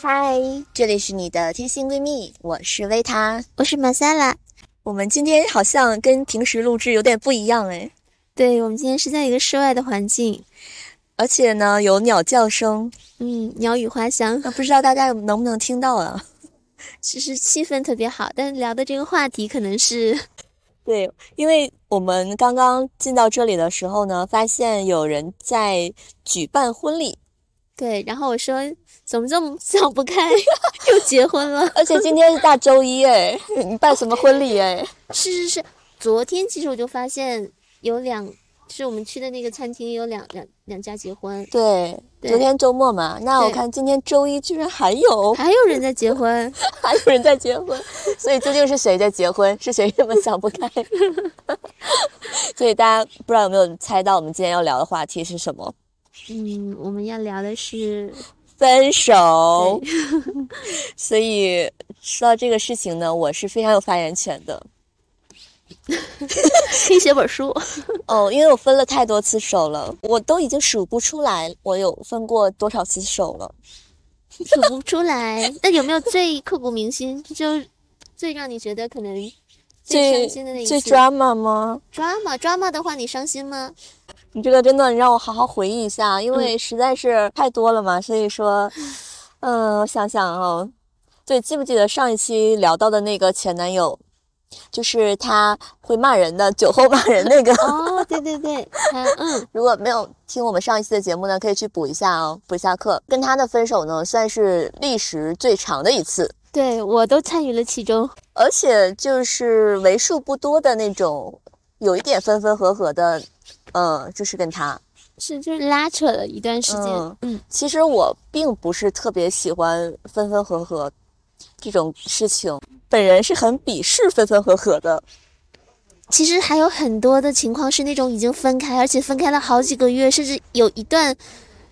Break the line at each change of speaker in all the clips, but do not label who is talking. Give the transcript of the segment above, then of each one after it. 嗨，这里是你的贴心闺蜜，我是维塔。
我是马萨拉。
我们今天好像跟平时录制有点不一样哎，
对，我们今天是在一个室外的环境，
而且呢有鸟叫声，
嗯，鸟语花香，
那不知道大家有能不能听到啊？
其实气氛特别好。但是聊的这个话题可能是，
对，因为我们刚刚进到这里的时候呢，发现有人在举办婚礼，
对。然后我说怎么这么想不开， 又结婚了。
而且今天是大周一哎， 你办什么婚礼哎？
是是是，昨天其实我就发现有两，是我们去的那个餐厅有两两两家结婚，
对，
对
昨天周末嘛，那我
对
看今天周一居然还 有
还有人在结婚。
还有人在结婚，所以究竟是谁在结婚？是谁这么想不 开？所以大家不知道有没有猜到我们今天要聊的话题是什么？
嗯，我们要聊的 是，
分手。所以说到这个事情呢，我是非常有发言权的
可以写本书。
哦，因为我分了太多次手了，我都已经数不出来我有分过多少次手了。
数不出来。那有没有最刻骨铭心，就最让你觉得可能
最
最伤心的那一
最
次
drama 吗？
drama drama 的话，你伤心吗？
你这个真的，你让我好好回忆一下，因为实在是太多了嘛，所以说，嗯、我想想哦，对，记不记得上一期聊到的那个前男友，就是他会骂人的，酒后骂人那个。
哦，对对 对，他嗯，
如果没有听我们上一期的节目呢，可以去补一下哦，补一下课。跟他的分手呢，算是历时最长的一次，
对我都参与了其中。
而且就是为数不多的那种，有一点分分合合的，嗯，就是跟他。
是，就是拉扯了一段时间，
嗯
嗯
其实我并不是特别喜欢分分合合这种事情，本人是很鄙视分分合合的。
其实还有很多的情况是那种已经分开，而且分开了好几个月，甚至有一段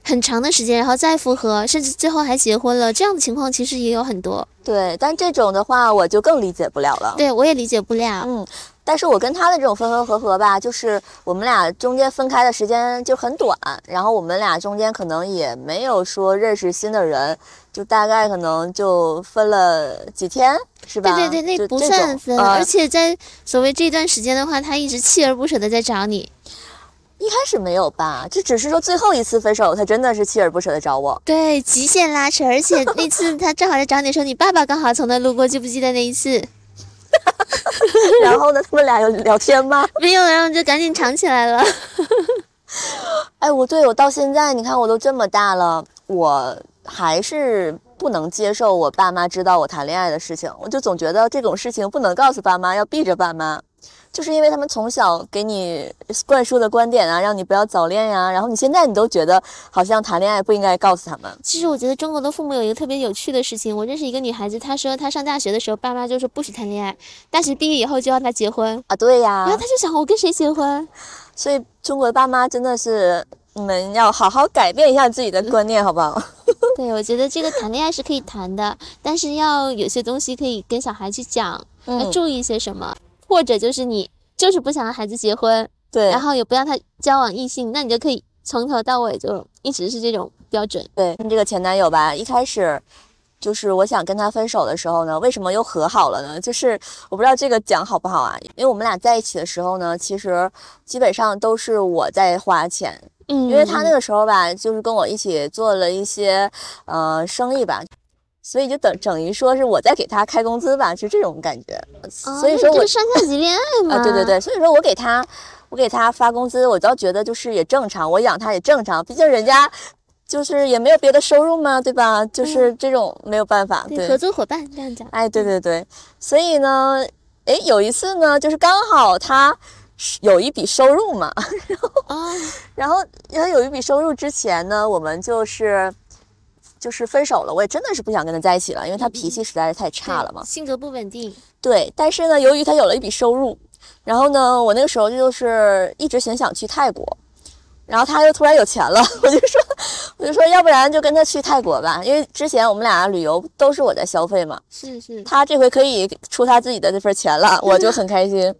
很长的时间，然后再复合，甚至最后还结婚了，这样的情况其实也有很多。
对，但这种的话我就更理解不了了。
对我也理解不了，
嗯，但是我跟他的这种分分合合吧，就是我们俩中间分开的时间就很短，然后我们俩中间可能也没有说认识新的人，就大概可能就分了几天，是吧？
对对对，
就
那不
啊这
算
种
分，
呃
而且在所谓这段时间的话，他一直锲而不舍的在找你。
一开始没有吧，这只是说最后一次分手，他真的是锲而不舍的找我。
对，极限拉扯，而且那次他正好在找你的时候，你爸爸刚好从那路过，记不记得那一次？
然后呢，他们俩有聊天吗？
没有，然后你就赶紧藏起来了。
哎，我对我到现在，你看我都这么大了，我还是不能接受我爸妈知道我谈恋爱的事情。我就总觉得这种事情不能告诉爸妈，要避着爸妈，就是因为他们从小给你灌输的观点啊，让你不要早恋呀、然后你现在你都觉得好像谈恋爱不应该告诉他们。
其实我觉得中国的父母有一个特别有趣的事情，我认识一个女孩子，她说她上大学的时候，爸妈就说不许谈恋爱，大学毕业以后就要她结婚，
啊，对呀、
然后她就想我跟谁结婚？
所以中国的爸妈真的是，你们要好好改变一下自己的观念，好不好？
对，我觉得这个谈恋爱是可以谈的，但是要有些东西可以跟小孩去讲，
嗯
要注意些什么，或者就是你就是不想让孩子结婚，
对
然。后也不让他交往异性，那你就可以从头到尾就一直是这种标准。
对这个前男友吧，一开始就是我想跟他分手的时候呢，为什么又和好了呢？就是我不知道这个讲好不好啊，因为我们俩在一起的时候呢，其实基本上都是我在花钱，
嗯
因为他那个时候吧，就是跟我一起做了一些呃生意吧。所以就等等于说是我在给他开工资吧，是这种感觉。所以说
哦这
我
个上下级恋爱嘛，
啊，对对，对，所以说我给他，我给他发工资，我倒觉得就是也正常，我养他也正常，毕竟人家就是也没有别的收入嘛，对吧？就是这种没有办法，
对合
对，
作伙伴这样讲，
哎，对对对，所以呢，哎，有一次呢，就是刚好他是有一笔收入嘛，
哦，
然后然后有一笔收入之前呢，我们就是。就是分手了，我也真的是不想跟他在一起了，因为他脾
嗯
气实在是太差了嘛
对。性格不稳定，
对，但是呢，由于他有了一笔收入，然后呢，我那个时候就是一直很想去泰国，然后他又突然有钱了， 我就说，我就说，要不然就跟他去泰国吧，因为之前我们俩旅游都是我在消费嘛，
是是，
他这回可以出他自己的这份钱了，我就很开心。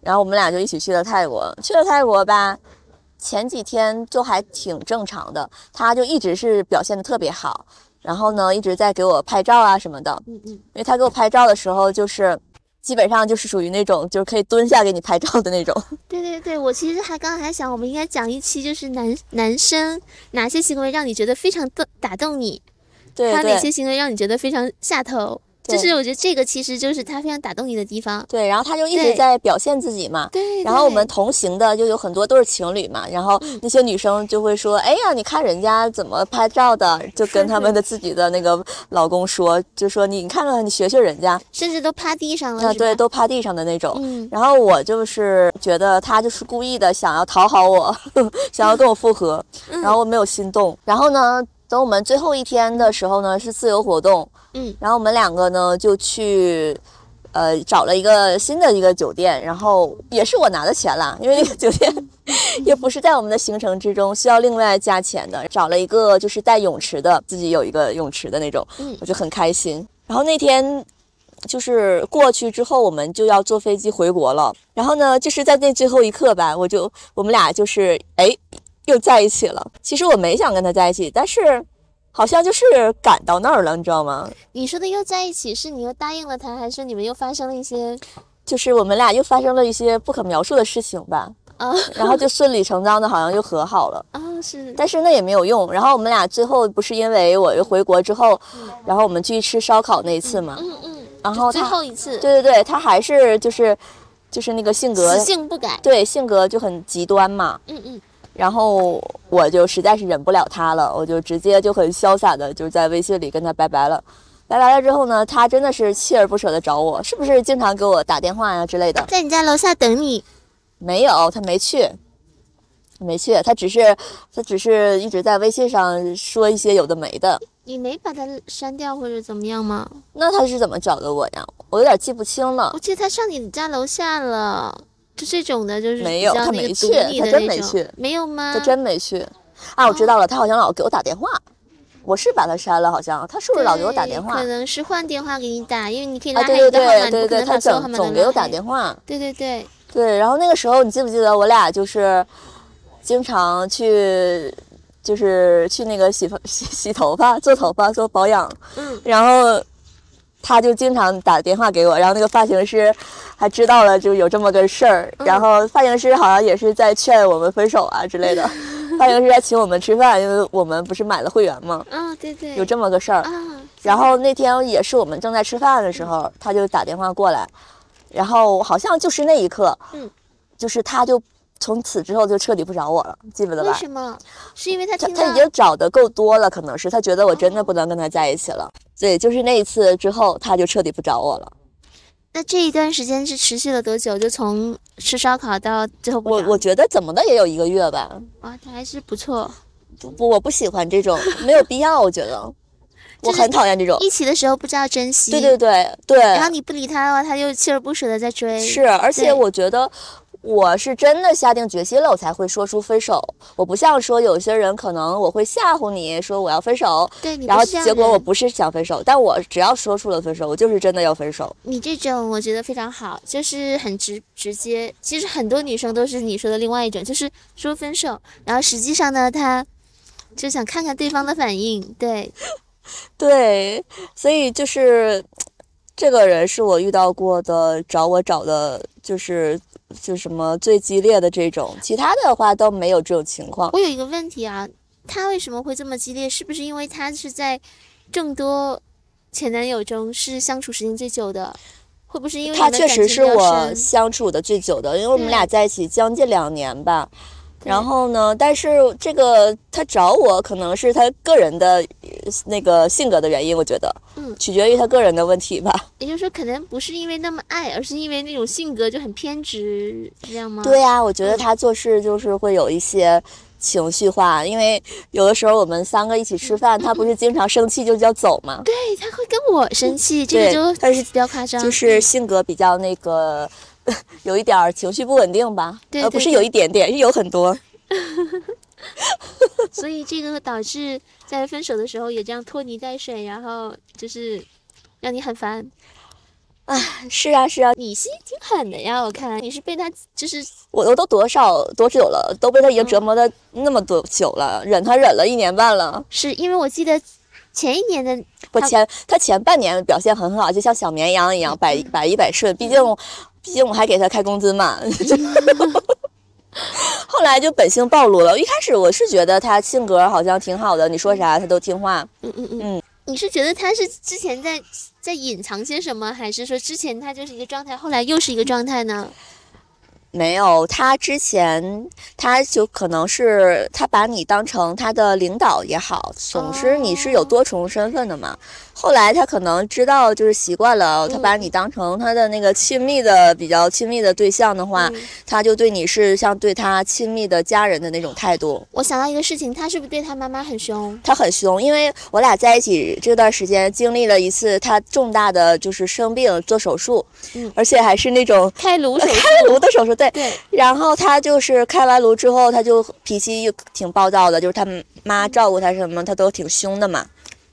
然后我们俩就一起去了泰国，去了泰国吧，前几天就还挺正常的，他就一直是表现的特别好，然后呢一直在给我拍照啊什么的，
嗯嗯，
因为他给我拍照的时候就是。基本上就是属于那种，就是可以蹲下给你拍照的那种。
对对对，我其实还刚才还想，我们应该讲一期，就是男男生哪些行为让你觉得非常动打动你，
对
还有哪
对
些行为让你觉得非常下头。就
对
是我觉得这个其实就是他非常打动你的地方。
对，然后他就一直
对
在表现自己嘛。
对，
然后我们
对
同行的就有很多都是情侣嘛，然后那些女生就会说：“哎呀，你看人家怎么拍照的，就跟他们的自己的那个老公说，就说你你看看，你学学 人家，
甚至都趴地上了，
那
哦是
对
吧，
都趴地上的那种。”
嗯，
然后我就是觉得他就是故意的想要讨好我， 想要跟我复合，
嗯
然后我没有心动。然后呢，等我们最后一天的时候呢，是自由活动，
嗯，
然后我们两个呢就去。呃，找了一个新的一个酒店，然后也是我拿的钱啦，因为那个酒店 也不是在我们的行程之中，需要另外加钱的。找了一个就是带泳池的，自己有一个泳池的那种，
嗯
我就很开心。然后那天就是过去之后，我们就要坐飞机回国了。然后呢，就是在那最后一刻吧，我就我们俩就是哎又在一起了。其实我没想跟他在一起，但是好像就是赶到那儿了，你知道吗？
你说的又在一起，是你又答应了他，还是你们又发生了一些
就是我们俩又发生了一些不可描述的事情吧，
啊
然后就顺理成章的好像又和好了。
啊？是
但是那也没有用。然后我们俩最后不是因为我又回国之后，然后我们去吃烧烤那一次嘛，
嗯嗯，
然后
最
他
后一次，
对对对，他还是就是就是那个性格
死，性不改，
对性格就很极端嘛。
嗯嗯，
然后我就实在是忍不了他了，我就直接就很潇洒的就在微信里跟他拜拜了。拜拜了之后呢，他真的是锲而不舍的找我，是不是经常给我打电话呀之类的？
在你家楼下等你，
没有，他没去，没去，他只是他只是一直在微信上说一些有的没的。
你没把他删掉或者怎么样吗？
那他是怎么找的我呀？我有点记不清了
我。记得他上你家楼下了，就这种的，就是
没
比
有他
较那个
没
独
去
立
他
的
真
那
没
种
去
没有吗？
他真没去啊！我知道了，他好像老给我打电话，我是把他删了，好像他是不是老给我打
对
电话
可？能是换电话给你打，因为你可以
啊，
拉黑
对对
一个号码，
对
你
对
不可
对，
能
他
把所有号
总
码
总
都
给我
拉
打
黑
电话。
对对对，
对，然后那个时候你记不记得我俩就是经常去，就是去那个洗发洗洗头发、做头发、做保养，
嗯，
然后他就经常打电话给我，然后那个发型师还知道了就有这么个事儿，然
嗯
后发型师好像也是在劝我们分手啊之 类的，发型师还请我们吃饭，因为我们不是买了会员嘛，
啊、对对，
有这么个事儿。
啊，
然后那天也是我们正在吃饭的时候，他就打电话过来，然后好像就是那一刻，
嗯，
就是他就从此之后就彻底不找我了，记不得
为
吧？
什么？是因为他
他
听到
他已经找的够多了，可能是他觉得我真的不能跟他在一起了，所以就是那一次之后，他就彻底不找我了。
那这一段时间是持续了多久？就从吃烧烤到最后不
我
聊
我觉得怎么的也有一个月吧，
哇，他还是不错。
不不，我不喜欢这种，没有必要，我觉得，我
就是
很讨厌这种。
一起的时候不知道珍惜，
对对对对，
然后你不理他的话，他又锲而不舍的在追。
是，而且
对
我觉得我是真的下定决心了，我才会说出分手。我不像说有些人可能我会吓唬你说我要分手，
对你不
然后
是这样
结果
的
我不是想分手，但我只要说出了分手，我就是真的要分手。
你这种我觉得非常好，就是很直直接。其实很多女生都是你说的另外一种，就是说分手，然后实际上呢，她就想看看对方的反应。对，
对，所以就是这个人是我遇到过的找我找的，就是就什么最激烈的这种，其他的话都没有这种情况。
我有一个问题啊，他为什么会这么激烈？是不是因为他是在众多前男友中是相处时间最久的？会不会是因为
他
你们
确
感
实
情
是
比较
我
深
相处的最久的，因为我们
对
俩在一起将近两年吧。
对
然后呢，但是这个他找我，可能是他个人的呃那个性格的原因，我觉得，
嗯
取决于他个人的问题吧。
也就是说，可能不是因为那么爱，而是因为那种性格就很偏执，是这样吗？
对，呀、啊我觉得
嗯
他做事就是会有一些情绪化，因为有的时候我们三个一起吃饭，他不是经常生气就要走吗？
嗯对，他哎会跟我生气，这嗯
对
个就
但是
比较夸张，
就是性格比较那个， 有一点儿情绪不稳定吧，
对
呃，不
对
是
对
有一点点，是有很 多。
所以这个导致在分手的时候也这样拖泥带水，然后就是让你很烦。
是啊是啊，
你心挺狠的呀，我看你是被他就是
我我都多少多久了，都被他已经折磨的那么多久了，忍他忍了一年半了。
是因为我记得前一年的嗯
我
他
前他前半年表现很好，就像小绵羊一样百百依百顺，毕竟毕竟我还给他开工资嘛。后来就本性暴露了。一开始我是觉得他性格好像挺好的，你说啥他都听话。
嗯嗯嗯
嗯
你是觉得他是之前在在隐藏些什么，还是说之前他就是一个状态，后来又是一个状态呢？
没有，他之前他就可能是他把你当成他的领导也好，总之你是
哦
有多重身份的嘛。后来他可能知道就是习惯了，他把你
嗯
当成他的那个亲密的、比较亲密的对象的话，
嗯
他就对你是像对他亲密的家人的那种态度。
我想到一个事情，他是不是对他妈妈很凶？
他很凶，因为我俩在一起这段时间经历了一次他重大的就是生病做手术，
嗯
而且还是那种
开颅手术，
开颅的手术，对，
对，
然后他就是开完颅之后，他就脾气又挺暴躁的，就是他妈
嗯
照顾他什么，他都挺凶的嘛。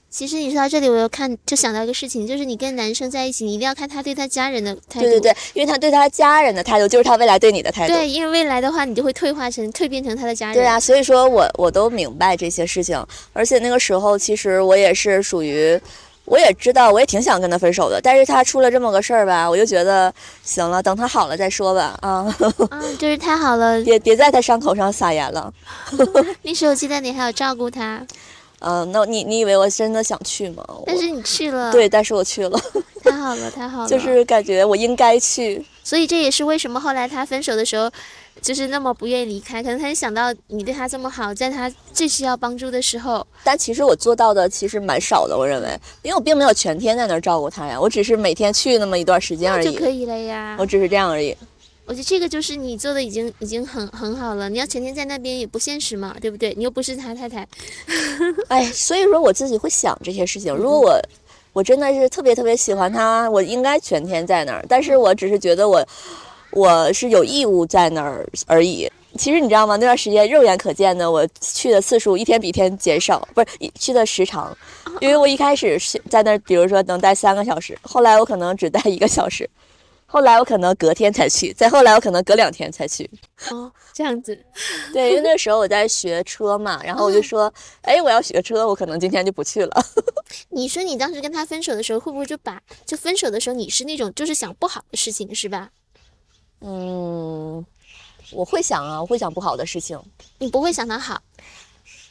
其实你说到这里，我又看就想到一个事情，就是你跟男生在一起，你一定要看他对他家人的态度。
对对对，因为他对他家人的态度，就是他未来对你的态
对，
度。
因为未来的话，你就会退化成蜕变成他的家人。
对啊，所以说我我都明白这些事情，而且那个时候其实我也是属于，我也知道，我也挺想跟他分手的，但是他出了这么个事儿吧，我就觉得行了，等他好了再说吧，啊，
啊，就是太好了。
别别在他伤口上撒盐了。
那时候我记得你还有照顾他，
嗯、那你你以为我真的想去吗？我
但是嗯你去了，，
对，但是我去了，
太好了，太好 了。
就是感觉我应该去。
所以这也是为什么后来他分手的时候，就是那么不愿意离开。可能他想到你对他这么好，在他最需要帮助的时候，
但其实我做到的其实蛮少的，我认为，因为我并没有全天在那儿照顾他呀，我只是每天去那么一段时间
那
而
就
已，
可以了呀
我。只是这样而已。
我觉得这个就是你做的已经已经很很好了。你要天天在那边也不现实嘛，对不对？你又不是他太太，
哎，所以说我自己会想这些事情。如果我我真的是特别特别喜欢他，我应该全天在那儿，但是我只是觉得我我是有义务在那儿而已。其实你知道吗？那段时间肉眼可见的，我去的次数一天比一天减少，不是一去的时长，因为我一开始是在那儿，比如说能待三个小时，后来我可能只待一个小时，后来我可能隔天才去，再后来我可能隔两天才去。
哦，这样子。
对，因为那时候我在学车嘛，然后我就说，哎，我要学车，我可能今天就不去了。
你说你当时跟他分手的时候，会不会就把就分手的时候你是那种就是想不好的事情是吧？
嗯，我会想啊，我会想不好的事情，
你不会想他好，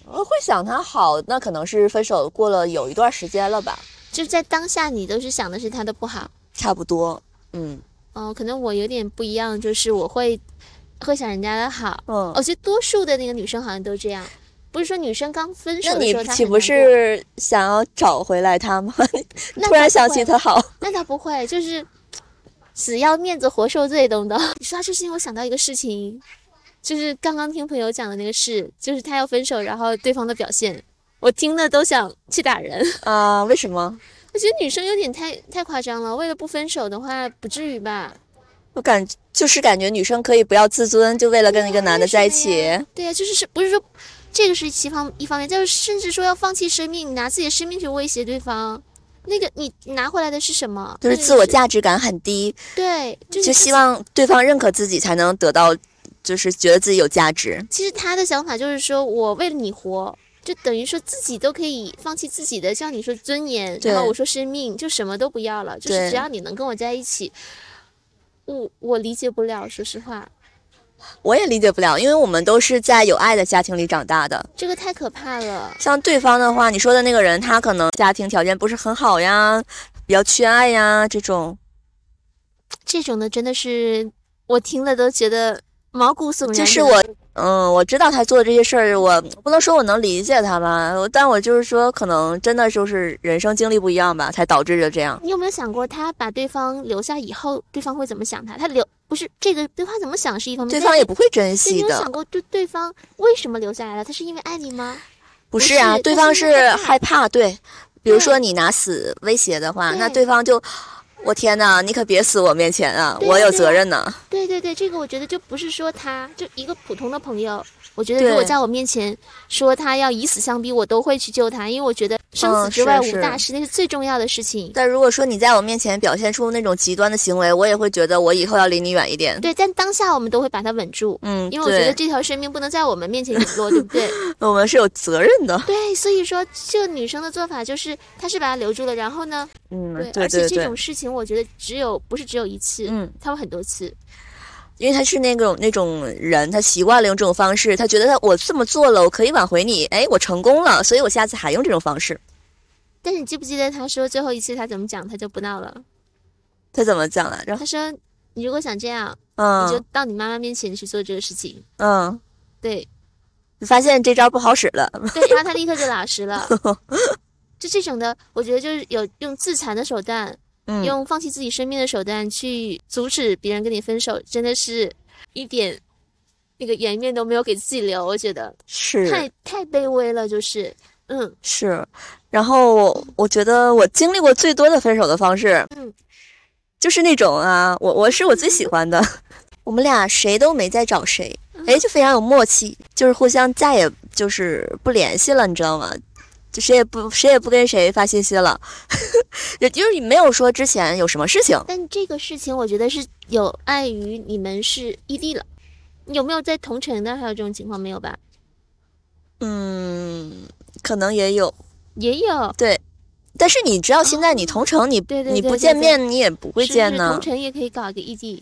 我会想他好，那可能是分手过了有一段时间了吧，
就在当下你都是想的是他的不好。
差不多。嗯
哦，可能我有点不一样，就是我会会想人家的好。
嗯
我觉得多数的那个女生好像都这样，不是说女生刚分手
那
的
你
时候她
岂
很
不
难过？
是想要找回来他吗？你
那
突然
倒
想
不
起
会
他好，
那倒不会，就是死要面子活受罪，懂不懂？ 你说到这事情，我想到一个事情，就是刚刚听朋友讲的那个事，就是他要分手，然后对方的表现，我听的都想去打人。
啊、为什么？
我觉得女生有点太太夸张了，为了不分手的话，不至于吧？
我感就是感觉女生可以不要自尊，就为了跟一个男的在一起。
对呀、啊就是是不是说这个是其方一方面，就是甚至说要放弃生命，拿自己的生命去威胁对方，那个你拿回来的是什么？
就是
那个
自我价值感很低，
对，就是
就
他
希。望对方认可自己，才能得到，就是觉得自己有价值。
其实他的想法就是说我为了你活，就等于说自己都可以放弃自己的，像你说尊严，
对
然后我说生命，就什么都不要了，就是
对
只要你能跟我在一起，我我理解不了，说实话，
我也理解不了，因为我们都是在有爱的家庭里长大的，
这个太可怕了。
像对方的话，你说的那个人，他可能家庭条件不是很好呀，比较缺爱呀，这种
这种的真的是我听了都觉得毛骨悚然。
就是我，嗯，我知道他做这些事儿，我不能说我能理解他吧，我但我就是说，可能真的就是人生经历不一样吧，才导致的这样。
你有没有想过，他把对方留下以后，对方会怎么想他？他留不是这个对方怎么想是一方面，
对方也不会珍
但是
惜
嗯你有
的
想，过，对对方为什么留下来了？他是因为爱你吗？
不是啊，
是
对
他
方
是因为
是
害怕
害怕，对，比如说
对
你拿死威胁的话，那
对
对方就我天哪，你可别死我面前啊！
对呀
我有
对
责
呀
任呢。
对对对，这个我觉得就不是说他，就一个普通的朋友，我觉得
对
如果在我面前说他要以死相逼，我都会去救他，因为我觉得生
嗯
死之外
是
无
是
大事，那是最重要的事情。
但如果说你在我面前表现出那种极端的行为，我也会觉得我以后要离你远一点。
对，但当下我们都会把他稳住，
嗯，
因为我觉得
对
这条生命不能在我们面前陨落，对不对？
我们是有责任的。
对，所以说这个女生的做法就是，她是把他留住了，然后呢，
嗯，
而
对
且
对
这
对
种，事情我觉得只有不是只有一次，
嗯，
他会很多次，
因为他是那种那种人，他习惯了用这种方式，他觉得他我这么做了，我可以挽回你，哎，我成功了，所以我下次还用这种方式。
但是你记不记得他说最后一次他怎么讲，他就不闹了，
他怎么讲来着？
他说你如果想这样，你就
嗯
到你妈妈面前去做这个事情。
嗯，
对
发现这招不好使了。
对，然后他立刻就老 实了。就这种的，我觉得就是有用自残的手段，
嗯，
用放弃自己生命的手段去阻止别人跟你分手，真的是一点那个颜面都没有给自己留，我觉得
是
太太卑微了，就是嗯，
是，然后我觉得我经历过最多的分手的方式，
嗯，
就是那种啊，我我是我最喜欢的， 我们俩谁都没在找谁，
嗯
哎，就非常有默契，就是互相再也就是不联系了，你知道吗？就谁也不谁也不跟谁发信息了， 也就是没有说之前有什么事情，
但这个事情我觉得是有碍于你们是异地了。有没有在同城的？还有这种情况没有吧？
嗯，可能也有，
也有，
但是你知道现在你同城你、
哦对对
你
对
不
对
见
对
面你也不会
是
见
是
呢，
同城也可以搞一个异地，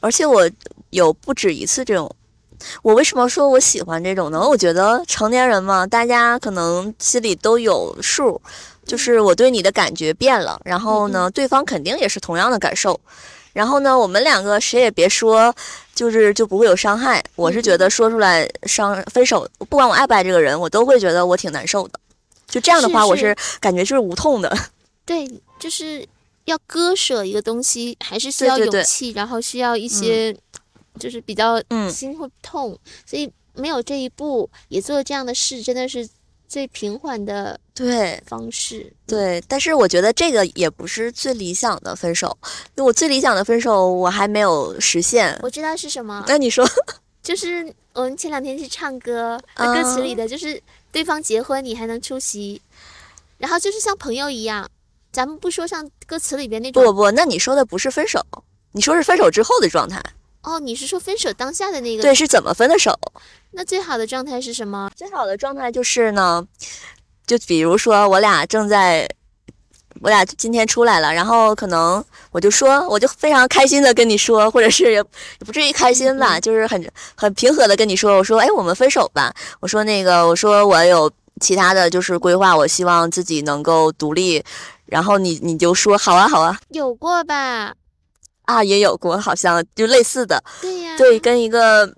而且我有不止一次这种。我为什么说我喜欢这种呢？我觉得成年人嘛，大家可能心里都有数，就是我对你的感觉变了，然后
嗯
呢，对方肯定也是同样的感受，然后呢，我们两个谁也别说，就是就不会有伤害。我是
嗯
觉得说出来伤分手，不管我爱不爱这个人，我都会觉得我挺难受的。就这样的
是
话，我
是
是感觉就是无痛的。
对，就是要割舍一个东西，还是需
对
要
对
勇
对
气，然后需要一些，就是比较
嗯
心会痛，所以没有这一步，也做这样的事，真的是最平缓的
对，
方式。
对，但是我觉得这个也不是最理想的分手，因为我最理想的分手我还没有实现。
我知道是什么，
那你说，
就是我们前两天去唱歌，那
嗯
歌词里的就是对方结婚你还能出席，然后就是像朋友一样，咱们不说像歌词里边那
不
种
不不，那你说的不是分手，你说是分手之后的状态，
哦，你是说分手当下的那个？
对，是怎么分的手？
那最好的状态是什么？
最好的状态就是呢，就比如说我俩正在，我俩今天出来了，然后可能我就说，我就非常开心的跟你说，或者是也也不至于开心吧，就是很很平和的跟你说，我说，哎，我们分手吧，我说那个，我说我有其他的就是规划，我希望自己能够独立，然后你你就说好啊好啊
有过吧？
啊，也有过好像就类似的，
对呀、
对，跟一个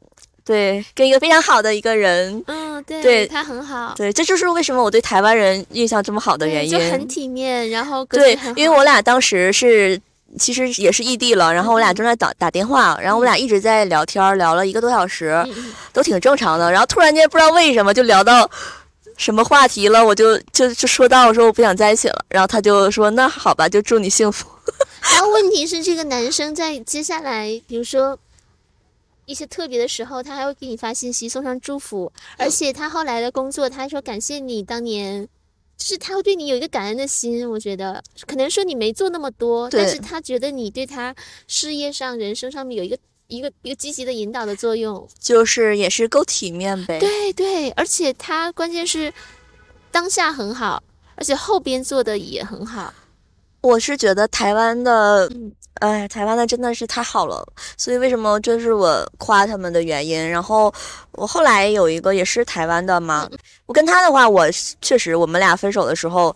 对跟一个非常好的一个人
嗯，对，
对
他很好，
对，这就是为什么我对台湾人印象这么好的原因。
就很体面，然后各
对
自很，
因为
好
我俩当时是其实也是异地了，然后我俩正在打打电话，然后我俩一直在聊天儿，聊了一个多小时，
嗯嗯
都挺正常的。然后突然间不知道为什么就聊到。什么话题了？我就就就说到我说我不想在一起了，然后他就说那好吧，就祝你幸福。
然后问题是，这个男生在接下来，比如说一些特别的时候，他还会给你发信息，送上祝福，而且他后来的工作，他还说感谢你当年。就是他会对你有一个感恩的心，我觉得可能说你没做那么多，但
对
是他觉得你对他事业上、人生上面有一个一个一个积极的引导的作用。
就是也是够体面呗。
对对，而且他关键是当下很好，而且后边做的也很好。
我是觉得台湾的
嗯，
哎，台湾的真的是太好了，所以为什么这是我夸他们的原因。然后我后来有一个也是台湾的嘛，
嗯
我跟他的话，我是确实我们俩分手的时候，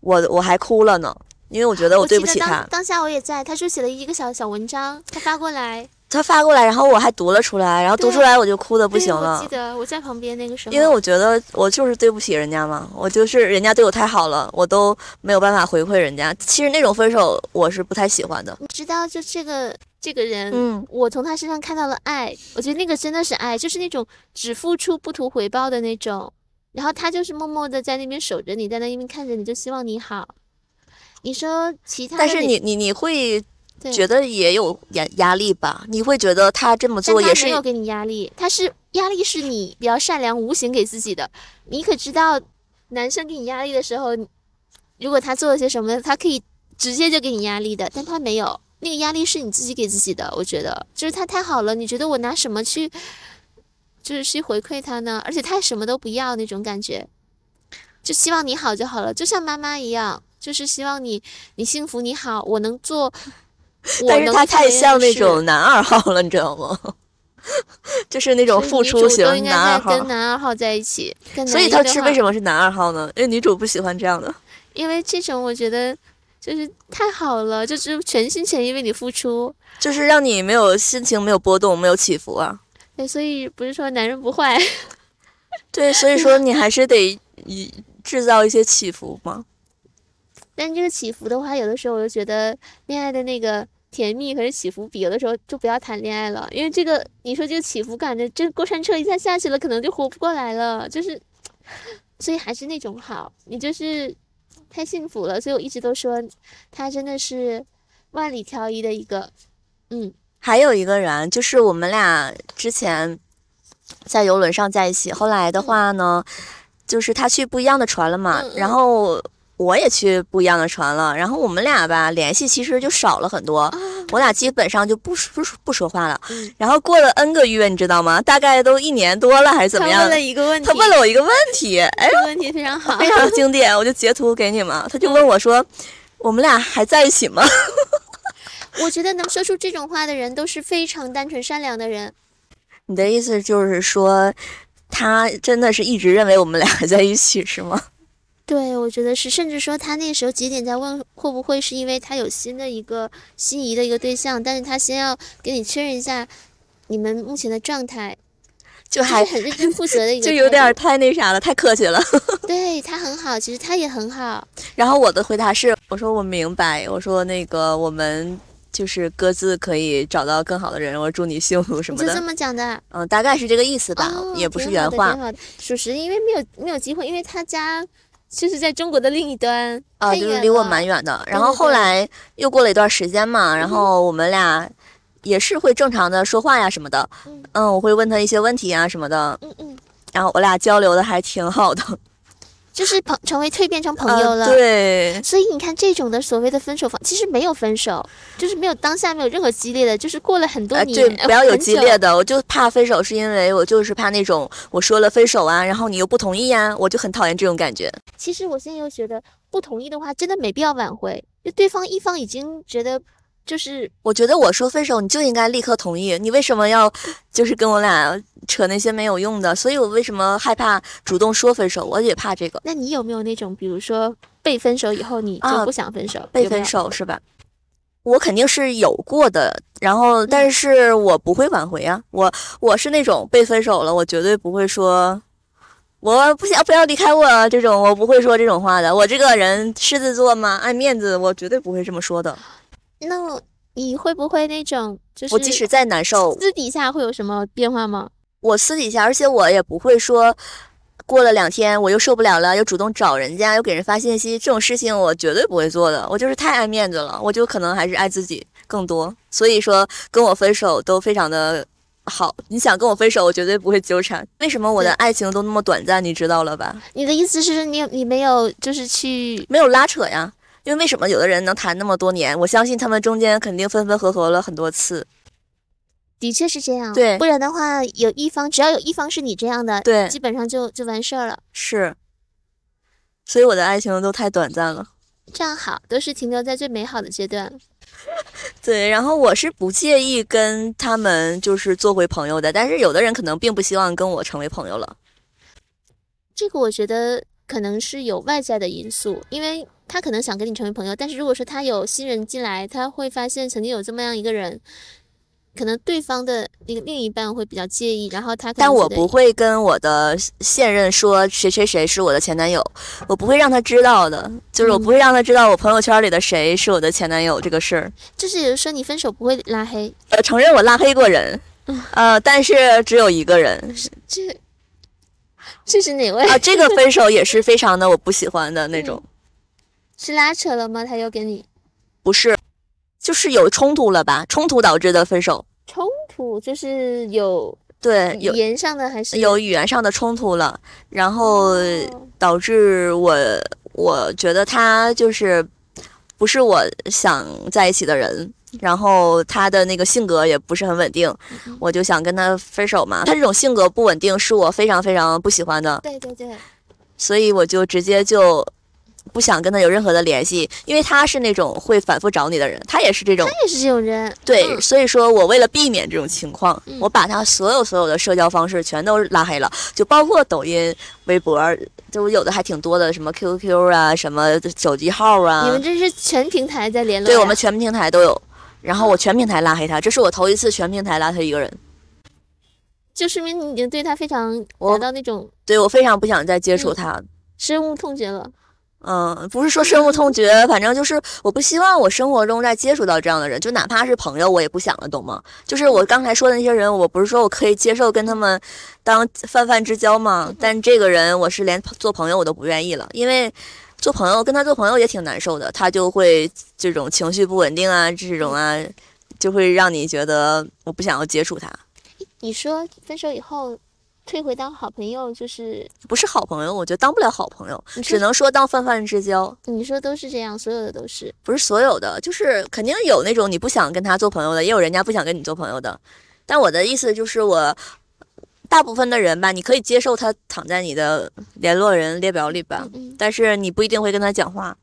我我还哭了呢，因为我觉得我对
记
不
得
起
当
他。
当下我也在，他说写了一个小小文章，他发过来，
他发过来，然后我还读了出来，然后读出
对
来我就哭的不
对
行
我记
了，
得我在旁边那个时候，
因为我觉得我就是对不起人家嘛，我就是人家对我太好了，我都没有办法回馈人家。其实那种分手我是不太喜欢的。
你知道，就这个这个人，
嗯，
我从他身上看到了爱，我觉得那个真的是爱，就是那种只付出不图回报的那种。然后他就是默默的在那边守着你，在那边看着你，就希望你好。你说其他的
但
那，
是你你你会
对
觉得也有压压力吧？你会觉得他这么
但
做也
他
是
没有给你压力，他是压力是你比较善良无形给自己的。你可知道，男生给你压力的时候，你如果他做了些什么，他可以直接就给你压力的，但他没有，那个压力是你自己给自己的。我觉得，就是他太好了，你觉得我拿什么去，就是去回馈他呢？而且他什么都不要那种感觉，就希望你好就好了，就像妈妈一样，就是希望你你幸福你好，我能做。我
但是
能
他
讨
太
厌的
像那
事
种男二号了，你知道吗？ 就是那种
所以
付
女
出
主
型
都应该
男二
在
号
跟，男二号在一起，跟
所
男
以
一
他
的
是
话
为什么是男二号呢？因为女主不喜欢这样的。
因为这种我觉得就是太好了，就是全心全意为你付出。
就是让你没有心情没有波动，没有起伏啊。
对，哎所以不是说男人不坏，
对，所以说你还是得以制造一些起伏嘛。
但这个起伏的话，有的时候我就觉得恋爱的那个甜蜜和起伏比，有的时候就不要谈恋爱了，因为这个你说这个起伏感的，这过山车一下下去了，可能就活不过来了，就是，所以还是那种好，你就是太幸福了，所以我一直都说他真的是万里挑一的一个，嗯。
还有一个人，就是我们俩之前在游轮上在一起，后来的话呢，就是他去不一样的船了嘛，
嗯嗯
然后我也去不一样的船了，然后我们俩吧联系其实就少了很多，我俩基本上就不说不说不说话了。
啊嗯
然后过了 N 个月，你知道吗？大概都一年多了还是怎么
他
样
问
的
了？一个问题，
他问了我一个问题， 哎，
这个问题非常好，
非常经典，我就截图给你们。他就
嗯
问我说：“我们俩还在一起吗
我觉得能说出这种话的人都是非常单纯善良的人。？”
你的意思就是说，他真的是一直认为我们俩还在一起是吗？
对，我觉得是，甚至说他那时候节点在问会不会是因为他有新的一个心仪的一个对象，但是他先要跟你确认一下你们目前的状态，
就
就是
还
很认真负责 的一个态
就
度，
有点儿太那啥了，太客气了。
对他很好，其实他也很好，
然后我的回答是：“我说我明白，我说那个我们就是各自可以找到更好的人，我祝你幸福什
你
么
就
的。
这”么讲的。
嗯，大概是这个意思吧，
哦
也不是
挺
原
好的
话
挺。好的属实，因为没有没有机会，因为他家就是在中国的另一端
啊，
太
就是
远
离我
了
蛮远的。然
对
后
对
后
对嗯
来又过了一段时间嘛，然后我们俩也是会正常的说话呀什么的
嗯。
嗯，我会问他一些问题啊什么的，
嗯嗯，
然后我俩交流的还挺好的。
就是朋成为蜕变成朋友
呃
了。
对，
所以你看，这种的所谓的分手方，其实没有分手，就是没有当下没有任何激烈的，就是过了很多
呃，
年，
对，不要有激烈
的。
的，我就怕分手，是因为我就是怕那种我说了分手啊，然后你又不同意呀、我就很讨厌这种感觉。
其实我现在又觉得，不同意的话，真的没必要挽回，就对方一方已经觉得就是
我觉得我说分手，你就应该立刻同意，你为什么要就是跟我俩扯那些没有用的？所以我为什么害怕主动说分手？我也怕这个
那你有没有那种，比如说被分手以后你
啊
就不想分手，
被
有没有
分？手是吧？我肯定是有过的，然后但是我不会挽回啊，我我是那种被分手了，我绝对不会说。我不想不要离开我啊这种，我不会说这种话的。我这个人狮子座嘛，爱面子，我绝对不会这么说的。
那你会不会那种就是
我即使再难受，
私底下会有什么变化吗？
我私底下，而且我也不会说，过了两天我又受不了了，又主动找人家，又给人发信息，这种事情我绝对不会做的。我就是太爱面子了，我就可能还是爱自己更多。所以说，跟我分手都非常的好。你想跟我分手，我绝对不会纠缠。为什么我的
对
爱情都那么短暂？你知道了吧？
你的意思是你有你没有就是去
没有拉扯呀。因为为什么有的人能谈那么多年？我相信他们中间肯定分分合合了很多次。
的确是这样，
对
不然的话，有一方只要有一方是你这样的，
对
基本上就就完事儿了。
是，所以我的爱情都太短暂了。
这样好，都是停留在最美好的阶段。
对，然后我是不介意跟他们就是做回朋友的，但是有的人可能并不希望跟我成为朋友了。
这个我觉得可能是有外在的因素，因为他可能想跟你成为朋友，但是如果说他有新人进来，他会发现曾经有这么样一个人，可能对方的那个另一半会比较介意，然后他可能
但我
觉得
不会跟我的现任说谁谁谁是我的前男友，我不会让他知道的，就是我
嗯
不会让他知道我朋友圈里的谁是我的前男友这个事儿。
就是有说你分手不会拉黑，
呃，承认我拉黑过人，
嗯
呃，但是只有一个人
这这是哪位？ 嗯
啊、这个分手也是非常的我不喜欢的那种。
是拉扯了吗？他又跟你
不是，就是有冲突了吧？冲突导致的分手，
冲突，就是有
对，呃
语
有
言上的还是
有语言上的冲突了，然后
哦
导致我我觉得他就是不是我想在一起的人，然后他的那个性格也不是很稳定，我就想跟他分手嘛。他这种性格不稳定是我非常非常不喜欢的，
对对对，
所以我就直接就不想跟他有任何的联系，因为他是那种会反复找你的人，他也是这种
他也是这种人，
对，
嗯
所以说我为了避免这种情况，
嗯
我把他所有所有的社交方式全都拉黑了，就包括抖音、微博，就有的还挺多的，什么 QQ 啊，什么手机号啊
你，们这是全平台在联络呀，
对我们全平台都有。然
嗯
后我全平台拉黑他，这是我头一次全平台拉黑一个人，
就说明你已经对他非常
我
达到那种
对我非常不想再接触
嗯
他。
深恶痛绝了。
嗯，不是说深恶痛绝，反正就是我不希望我生活中再接触到这样的人，就哪怕是朋友，我也不想了，懂吗？就是我刚才说的那些人，我不是说我可以接受跟他们当泛泛之交吗？但这个人，我是连朋做朋友我都不愿意了，因为做朋友跟他做朋友也挺难受的，他就会这种情绪不稳定啊，这种啊，就会让你觉得我不想要接触他，
你说分手以后退回当好朋友，就是
不是好朋友，我觉得当不了好朋友，
你说
只能说当泛泛之交。
你说都是这样，所有的都是。
不是所有的，就是肯定有那种你不想跟他做朋友的，也有人家不想跟你做朋友的。但我的意思就是我。大部分的人吧，你可以接受他躺在你的联络人列表里吧，
嗯嗯
但是你不一定会跟他讲话，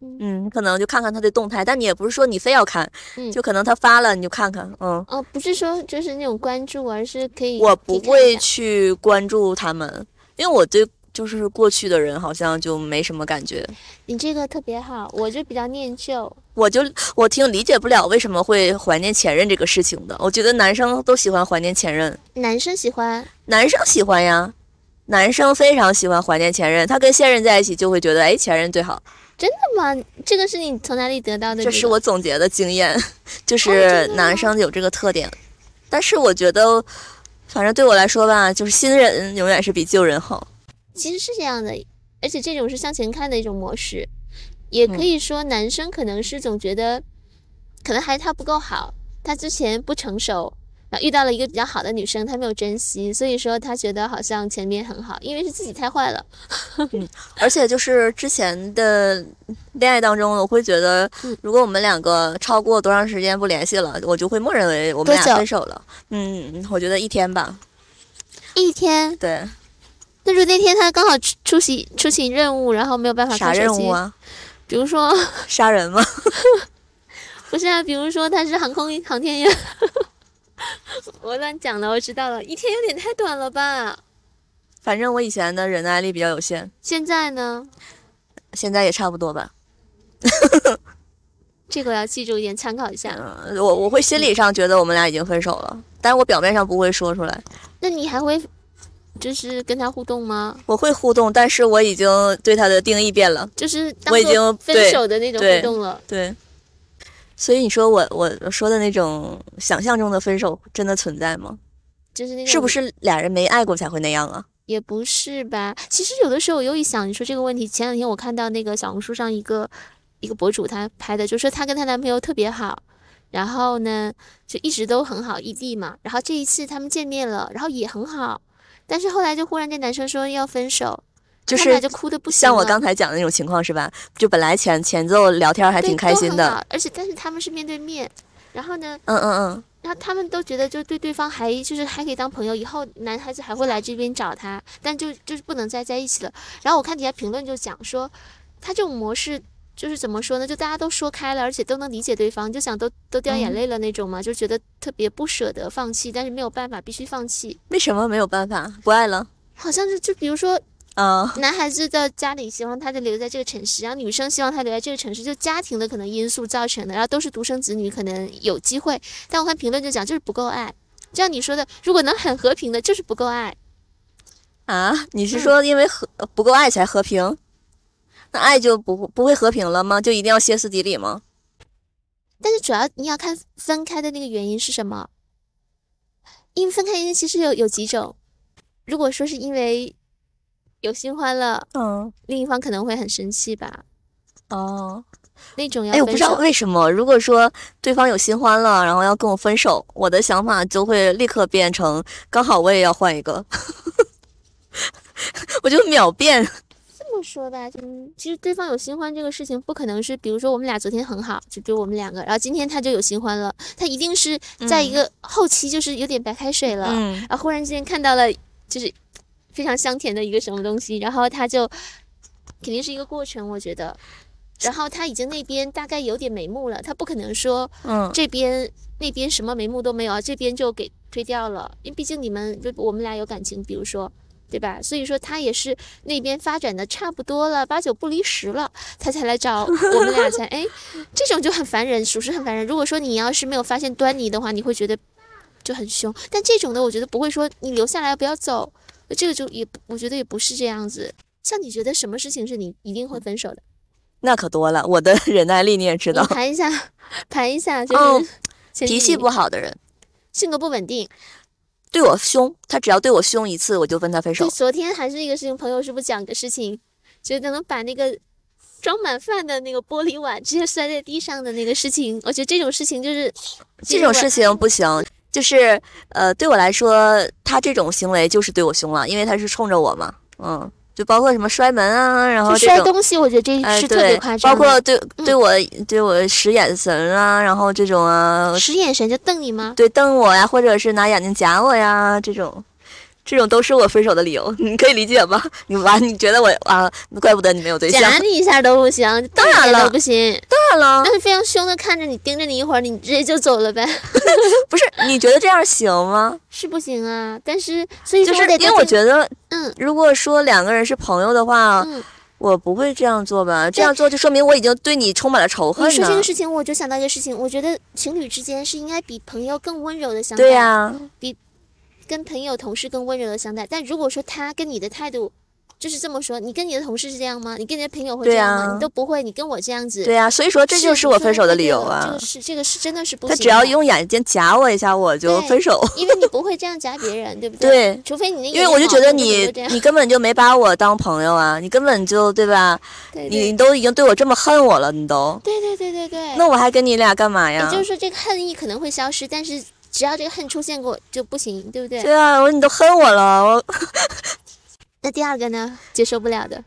嗯
嗯，可能就看看他的动态，但你也不是说你非要看，
嗯
就可能他发了你就看看，嗯，
哦，不是说就是那种关注，而是可以
我
可以
不
看一
会
下
去关注他们，因为我对就是过去的人好像就没什么感觉，
你这个特别好，我就比较念旧。
我就我挺理解不了为什么会怀念前任这个事情的。我觉得男生都喜欢怀念前任，
男生喜欢，
男生喜欢呀，男生非常喜欢怀念前任。他跟现任在一起就会觉得，哎，前任最好。
那么这个是你从哪里得到的、
这是，我总结的经验，就
哦真
是
的吗
男生有这个特点。但是我觉得，反正对我来说吧，就是新人永远是比旧人好。
其实是这样的，而且这种是向前看的一种模式。也
嗯
可以说，男生可能是总觉得，可能还是他不够好，他之前不成熟，然后遇到了一个比较好的女生，他没有珍惜，所以说他觉得好像前面很好，因为是自己太坏了。
而且就是之前的恋爱当中，我会觉得
嗯，
如果我们两个超过多长时间不联系了，我就会默认为我们
多
俩
久
分手了。嗯，我觉得一天吧。
一天，
对，
那如果那天他刚好出出席出席任务，然后没有办法
啥
看手
任
机
务？啊？
比如说，
杀人吗？
不是啊，比如说他是航空航天员， 我乱讲了，我知道了，一天有点太短了吧？
反正我以前的忍耐力比较有限，
现在呢，
现在也差不多吧。
这个要记住一点，参考一下。
嗯，我我会心理上觉得我们俩已经分手了，但是我表面上不会说出来。
那你还会就是跟他互动吗？
我会互动，但是我已经对他的定义变了。
就是当
我已
做
经
分
对
手的那种
对
互动了。
对，所以你说我我我说的那种想象中的分手真的存在
嗯
吗？
就是那种
是不是俩人没爱过才会那样啊？
也不是吧？其实有的时候我又一想，你说这个问题，前两天我看到那个小红书上一个一个博主他拍的，就说她跟她男朋友特别好，然后呢就一直都很好，异地嘛。然后这一次他们见面了，然后也很好，但是后来就忽然这男生说要分手，
就
他俩
是
就哭的不行
像我
了
刚才讲的那种情况是吧？就本来前前奏聊天还
对
挺开
都
心
很
的，
好而且但是他们是面对面，然后呢，
嗯嗯嗯。
然后他们都觉得就对对方还就是还可以当朋友，以后男孩子还会来这边找他，但就就是不能再在一起了。然后我看底下评论就讲说，他这种模式就是怎么说呢？就大家都说开了，而且都能理解对方，就想都都掉
嗯
眼泪了那种嘛，就觉得特别不舍得放弃，但是没有办法，必须放弃。
为什么没有办法？不爱了？
好像是就比如说
嗯，
男孩子的家里希望他就留在这个城市，然后女生希望他留在这个城市，就家庭的可能因素造成的，然后都是独生子女，可能有机会。但我看评论就讲，就是不够爱。就像你说的，如果能很和平的，就是不够爱。
啊，你
嗯
是说因为和不够爱才和平？那爱就不不会和平了吗？就一定要歇斯底里吗？
但是主要你要看分开的那个原因是什么，因为分开原因其实有有几种。如果说是因为有新欢了，
嗯，
另一方可能会很生气吧。
哦，
那种要
哎，我不
分
知道
手
为什么，如果说对方有新欢了，然后要跟我分手，我的想法就会立刻变成，刚好我也要换一个， 我就秒变。
这么说吧，嗯，其实对方有新欢这个事情，不可能是，比如说我们俩昨天很好，就就我们两个，然后今天他就有新欢了，他一定是在一个后期就是有点白开水了，
嗯，
然后忽然之间看到了就是非常香甜的一个什么东西，然后他就肯定是一个过程，我觉得。然后他已经那边大概有点眉目了，他不可能说
嗯，
这边那边什么眉目都没有啊，这边就给推掉了，因为毕竟你们就我们俩有感情，比如说。对吧？所以说他也是那边发展的差不多了，八九不离十了，他才来找我们 俩才哎，这种就很烦人，属实很烦人。如果说你要是没有发现端倪的话，你会觉得就很凶。但这种的，我觉得不会说你留下来不要走，这个就也不我觉得也不是这样子。像你觉得什么事情是你一定会分手的？
那可多了，我的忍耐力你也知
你
道，
盘一下， 盘一下，就是、
哦脾气不，好的人
性格不稳定，
对我凶，他只要对我凶一次，我就跟他分手
对，。昨天还是一个事情，朋友是不是讲个事情，觉得能把那个装满饭的那个玻璃碗直接摔在地上的那个事情，我觉得这种事情就是
这种事，情不行，就是呃，对我来说，他这种行为就是对我凶了，因为他是冲着我嘛，嗯，就包括什么摔门啊，然后
就
这
摔
种。
东西，我觉得这
哎，
是特别
对，
夸张
包
的。
括对
嗯
对我、对我使眼神啊，然后这种啊，
使眼神就瞪你吗？
对瞪我呀，或者是拿眼睛夹我呀，这种，这种都是我分手的理由， 你可以理解吧？你完，你觉得我啊，怪不得你没有对象。
夹你一下都不行，
当然
瞪你
了
都不行，
当然了，
但是非常凶的看着你，盯着你一会儿，你直接就走 了呗，
不是你觉得这样行吗？
是不行啊。但是所以
就
说
是
我得
因为我
得，
觉得，
嗯
如果说两个人是朋友的话，
嗯，
我不会这样做吧？这
对
样做就说明我已经对你充满了仇恨
你说这
呢
个。事情，我就想到一个事情，我觉得情侣之间是应该比朋友更温柔的相待，
对呀、
跟朋友、同事更温柔的相待。但如果说他跟你的态度就是这么说，你跟你的同事是这样吗？你跟你的朋友会这
对
样吗？
啊
你都不会，你跟我这样子，
对呀、所以说这
是
就是
你
我
说
分
的
手的
这
理由
个
啊
这个。是这个是真的是不
他
行的，
只要用眼睛夹我一下，我就
对
分手。
因为你不会这样夹别人，对不对？
对，
除非你的眼
因为
睛
我就
好
觉得
你
你
就这样
你根本就没把我当朋友啊，你根本就对吧？
对
你
对
你都已经对我这么恨我了，你都，
对对对对对，
那我还跟你俩干嘛
也
呀
就？是说这个恨意可能会消失，但是只要这个恨出现过就不行，对不对？
对啊，我说你都恨我了，我
那第二个呢？接受不了的，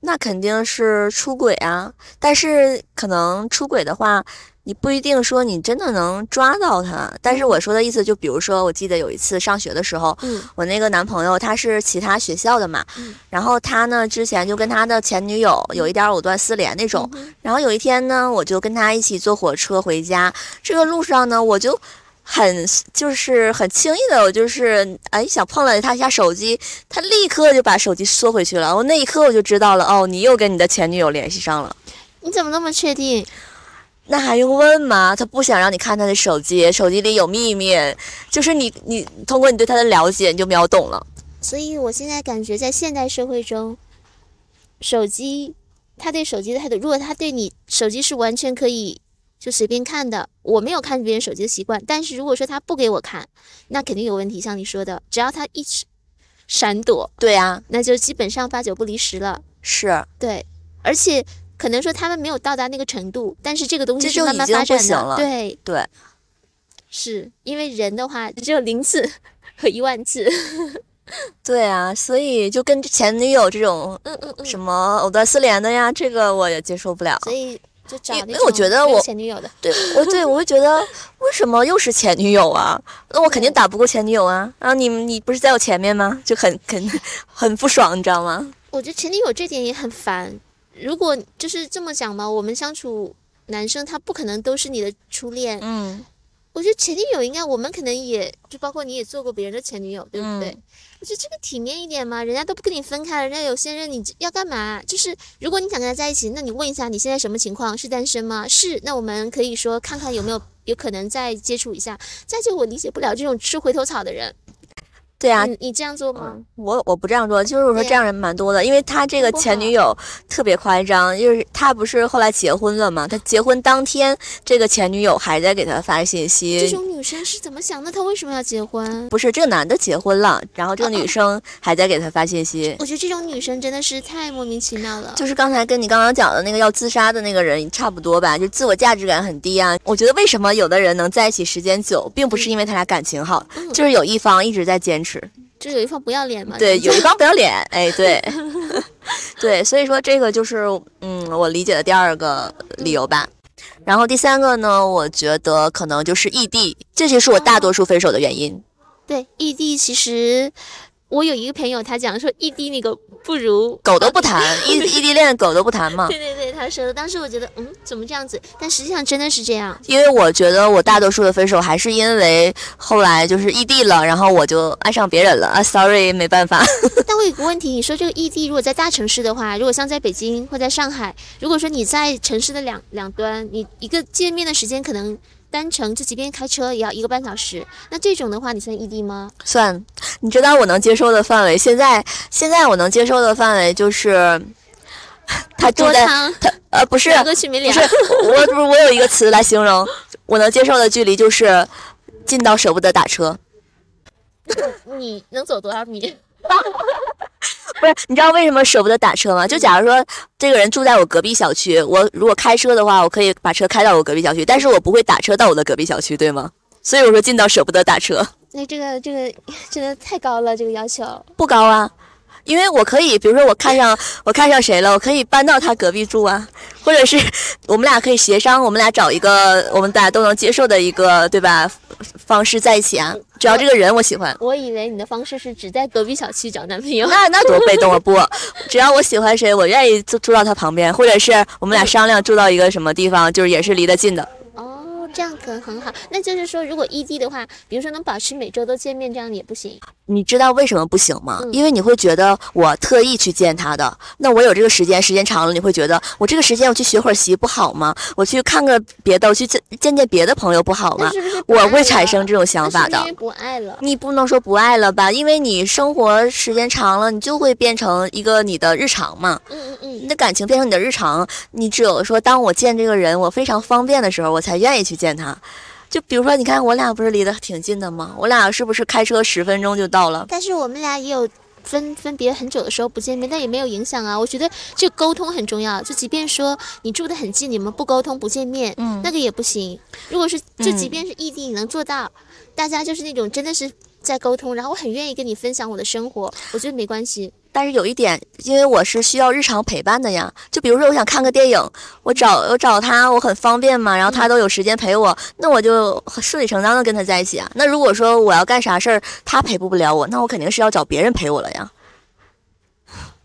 那肯定是出轨啊。但是可能出轨的话，你不一定说你真的能抓到他。但是我说的意思，就比如说，我记得有一次上学的时候，
嗯
我那个男朋友他是其他学校的嘛，
嗯
然后他呢之前就跟他的前女友有一点藕断丝连那种。
嗯
然后有一天呢，我就跟他一起坐火车回家，这个路上呢，我就。很就是很轻易的，我就是哎想碰了他一下手机，他立刻就把手机缩回去了。我那一刻我就知道了，哦，你又跟你的前女友联系上了，
你怎么那么确定？
那还用问吗？他不想让你看他的手机，手机里有秘密，就是你你通过你对他的了解，你就秒懂了。
所以我现在感觉，在现代社会中，手机他对手机的态度，如果他对你手机是完全可以就随便看的，我没有看别人手机的习惯，但是如果说他不给我看，那肯定有问题。像你说的，只要他一直闪躲，
对啊，
那就基本上八九不离十了。
是，
对，而且可能说他们没有到达那个程度，但是这个东西
这
是
就
慢
已
慢
经
发
不
展
行
的。
了
对，
对，
是因为人的话只有零次和一万次。
对啊，所以就跟前女友这种
嗯嗯嗯。
什么藕断丝连的呀，这个我也接受不了。
所以就找
因
那
为我
种
觉得
没有
我
前女友的。
对，我对我会觉得，为什么又是前女友啊？那我肯
嗯
定打不过前女友啊！然后你你不是在我前面吗？就很很很不爽，你知道吗？
我觉得前女友这点也很烦。如果就是这么讲嘛，我们相处男生他不可能都是你的初恋。
嗯，
我觉得前女友应该，我们可能也就包括你也做过别人的前女友，对不对？
嗯
我觉得这个体面一点嘛，人家都不跟你分开了，人家有现任，你要干嘛？就是如果你想跟他在一起，那你问一下你现在什么情况？是单身吗？是，那我们可以说看看有没有有可能再接触一下。再就我理解不了这种吃回头草的人，
对啊，
你你这样做吗？
我我不这样做，就是我说
嗯对呀啊
这样人蛮多的，因为他这个
不
前
好
女友特别夸张，就是他不是后来结婚了嘛，他结婚当天，这个前女友还在给他发信
这
息，
种女生是怎么想的？她为什么要结婚？
不是这个男的结婚了，然后这个
哦
女
哦
生还在给他发信息，
我觉得这种女生真的是太莫名其妙了。
就是刚才跟你刚刚讲的那个要自杀的那个人差不多吧，就自我价值感很低啊。我觉得为什么有的人能在一起时间久，并不是因为他俩感情好，
嗯
就是有一方一直在坚持，
就有一方不要脸嘛。
对，
就
有一方不要脸，哎，对， 对，所以说这个就是嗯，我理解的第二个理由吧。然后第三个呢，我觉得可能就是异地，这就是我大多数分手的原因。
对异地，其实我有一个朋友，他讲说异地那个不如
狗都不谈，异异地恋狗都不谈 嘛。
对对对，他说的。当时我觉得，嗯，怎么这样子？但实际上真的是这样。
因为我觉得我大多数的分手还是因为后来就是异地了，然后我就爱上别人了啊，sorry，没办法。
但我有个问题，你说这个异地，如果在大城市的话，如果像在北京或在上海，如果说你在城市的两两端，你一个见面的时间可能单程，就即便开车也要一个半小时，那这种的话，你算异地吗？
算，你知道我能接受的范围，现在现在我能接受的范围就是， 他住
多
在
汤，
呃不是
两个去没
不
聊
是，我不是我有一个词来形容我能接受的距离就是近到舍不得打车。
你能走多少米？
不是，你知道为什么舍不得打车吗？就假如说这个人住在我隔壁小区，我如果开车的话，我可以把车开到我隔壁小区，但是我不会打车到我的隔壁小区，对吗？所以我说近到舍不得打车，
那这个这个真的太高了，这个要求。
不高啊，因为我可以，比如说我看上我看上谁了，我可以搬到他隔壁住啊，或者是我们俩可以协商，我们俩找一个我们俩都能接受的一个对吧方式在一起啊，只要这个人我喜欢。
我以为你的方式是只在隔壁小区找男朋友。
那那多被动啊！不，只要我喜欢谁，我愿意住住到他旁边，或者是我们俩商量住到一个什么地方，就是也是离得近的。
哦，这样可很好。那就是说，如果异地的话，比如说能保持每周都见面，这样也不行。
你知道为什么不行吗？
嗯
因为你会觉得我特意去见他的，那我有这个时间，时间长了你会觉得我这个时间我去学会儿习不好吗？我去看个别的，我去见见见别的朋友不好
那
吗？
是不是不
我
爱
会
了
产生这种想
那是
法
不是
的。
因为不爱了。
你不能说不爱了吧，因为你生活时间长了，你就会变成一个你的日常嘛。
嗯嗯
你
嗯，
的感情变成你的日常，你只有说，当我见这个人，我非常方便的时候，我才愿意去见他。就比如说，你看我俩不是离得挺近的吗？我俩是不是开车十分钟就到了？
但是我们俩也有。分分别很久的时候不见面，但也没有影响啊。我觉得这个沟通很重要，就即便说你住得很近，你们不沟通不见面，
嗯
那个也不行。如果是就即
嗯
便是异地，你能做到，大家就是那种真的是在沟通，然后我很愿意跟你分享我的生活，我觉得没关系。
但是有一点，因为我是需要日常陪伴的呀。就比如说，我想看个电影，我找我找他，我很方便嘛，然后
嗯
他都有时间陪我，那我就顺理成章的跟他在一起啊。那如果说我要干啥事儿，他陪不不了我，那我肯定是要找别人陪我了呀。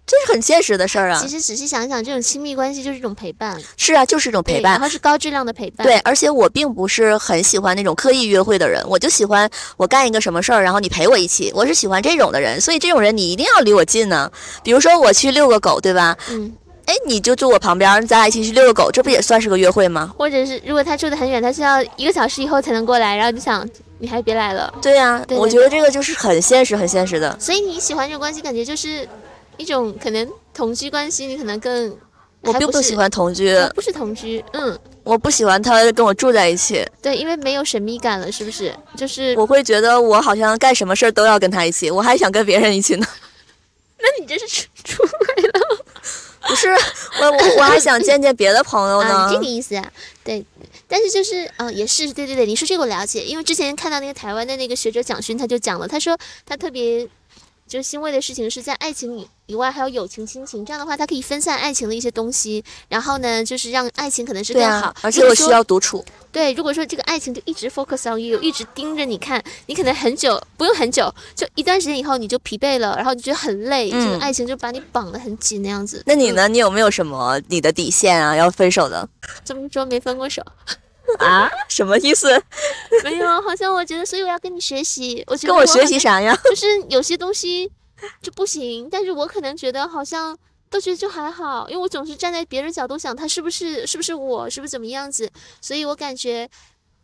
这是很现实的事儿啊
其。实仔细想一想，这种亲密关系就是一种陪伴，
是啊，就是一种陪
对
伴
然。后是高质量的陪伴。
对，，而且我并不是很喜欢那种刻意约会的人，我就喜欢我干一个什么事儿，然后你陪我一起，我是喜欢这种的人。所以这种人你一定要离我近呢。比如说我去遛个狗，对吧？
嗯，
哎，你就住我旁边儿，咱俩一起去遛个狗，这不也算是个约会吗？
或者是如果他住得很远，他需要一个小时以后才能过来，然后你想你还别来了，
对呀、
对
我
对
觉得这个就是很现实、很现实的。
所以你喜欢这种关系，感觉就是一种可能同居关系，你可能更
我
还
并
不
不
是
喜，欢同居，
还不是同居，嗯，
我不喜欢他跟我住在一起，
对，因为没有神秘感了，是不是？就是
我会觉得我好像干什么事儿都要跟他一起，我还想跟别人一起呢。
那你这是出出轨了
不是，我我我还想见见别的朋友呢
啊，。这个意思啊，对，但是就是嗯、呃也是对对对，你说这个我了解，因为之前看到那个台湾的那个学者蒋勋他就讲了，他说他特别就欣慰的事情是在爱情以以外还有友情、亲情，这样的话他可以分散爱情的一些东西，然后呢就是让爱情可能是
对
更
啊
好，，
而
如
且
果
我需
说
要独处。
对，如果说这个爱情就一直 focus on you，一直盯着你看，你可能很久不用很久，就一段时间以后你就疲惫了，然后你觉得很累，这个
嗯
爱情就把你绑得很紧那样子。
那你呢？你有没有什么你的底线啊？要分手的
嗯这么说没分过手，
啊？ 什么意思？
没有，啊好像我觉得，所以我要跟你学习。我觉得
跟我学
好
习啥
像，
呀？
就是有些东西就不行，但是我可能觉得好像都觉得就还好，因为我总是站在别人角度想他是不是是不是我是不是怎么样子，所以我感觉，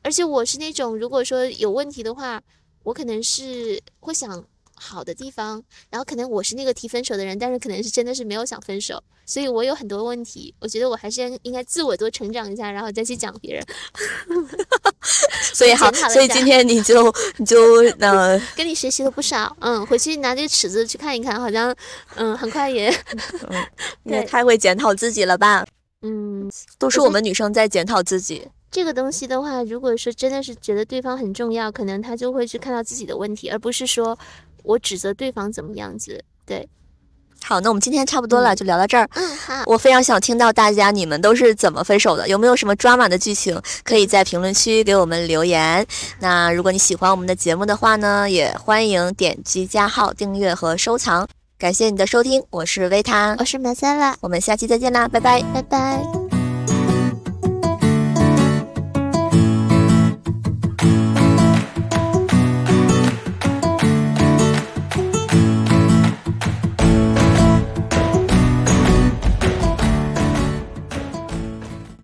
而且我是那种如果说有问题的话，我可能是会想好的地方，然后可能我是那个提分手的人，但是可能是真的是没有想分手，所以我有很多问题，我觉得我还是应该自我多成长一下，然后再去讲别人。
所以好，
检讨了
所以
一下
今天你就你就呃，
跟你学习了不少，嗯，回去拿这个尺子去看一看，好像，嗯，很快也，
你也太会检讨自己了吧？
嗯，
都是
我
我
觉得
们女生在检讨自己。
这个东西的话，如果说真的是觉得对方很重要，可能他就会去看到自己的问题，而不是说我指责对方怎么样子。对，
好，那我们今天差不多了，就聊到这儿。
嗯，好，
我非常想听到大家你们都是怎么分手的，有没有什么 drama 的剧情，可以在评论区给我们留言。那如果你喜欢我们的节目的话呢，也欢迎点击加号、订阅和收藏。感谢你的收听，我是维塔，
我是马塞拉，
我们下期再见啦，拜拜。
拜拜。